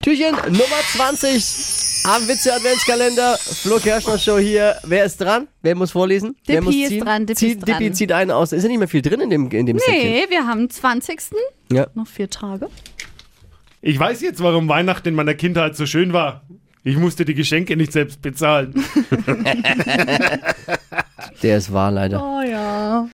Türchen Nummer 20 am Witze Adventskalender. Flo Kerschner Show hier. Wer ist dran? Wer muss vorlesen? Wer Dippi muss ist ziehen? dran, Dippi Zieht- ist dran. Dippi zieht einen aus. Ist ja nicht mehr viel drin in dem, in dem Säckchen. Nee, wir haben am 20. Ja. noch vier Tage. Ich weiß jetzt, warum Weihnachten in meiner Kindheit so schön war. Ich musste die Geschenke nicht selbst bezahlen. Der ist wahr leider. Oh ja.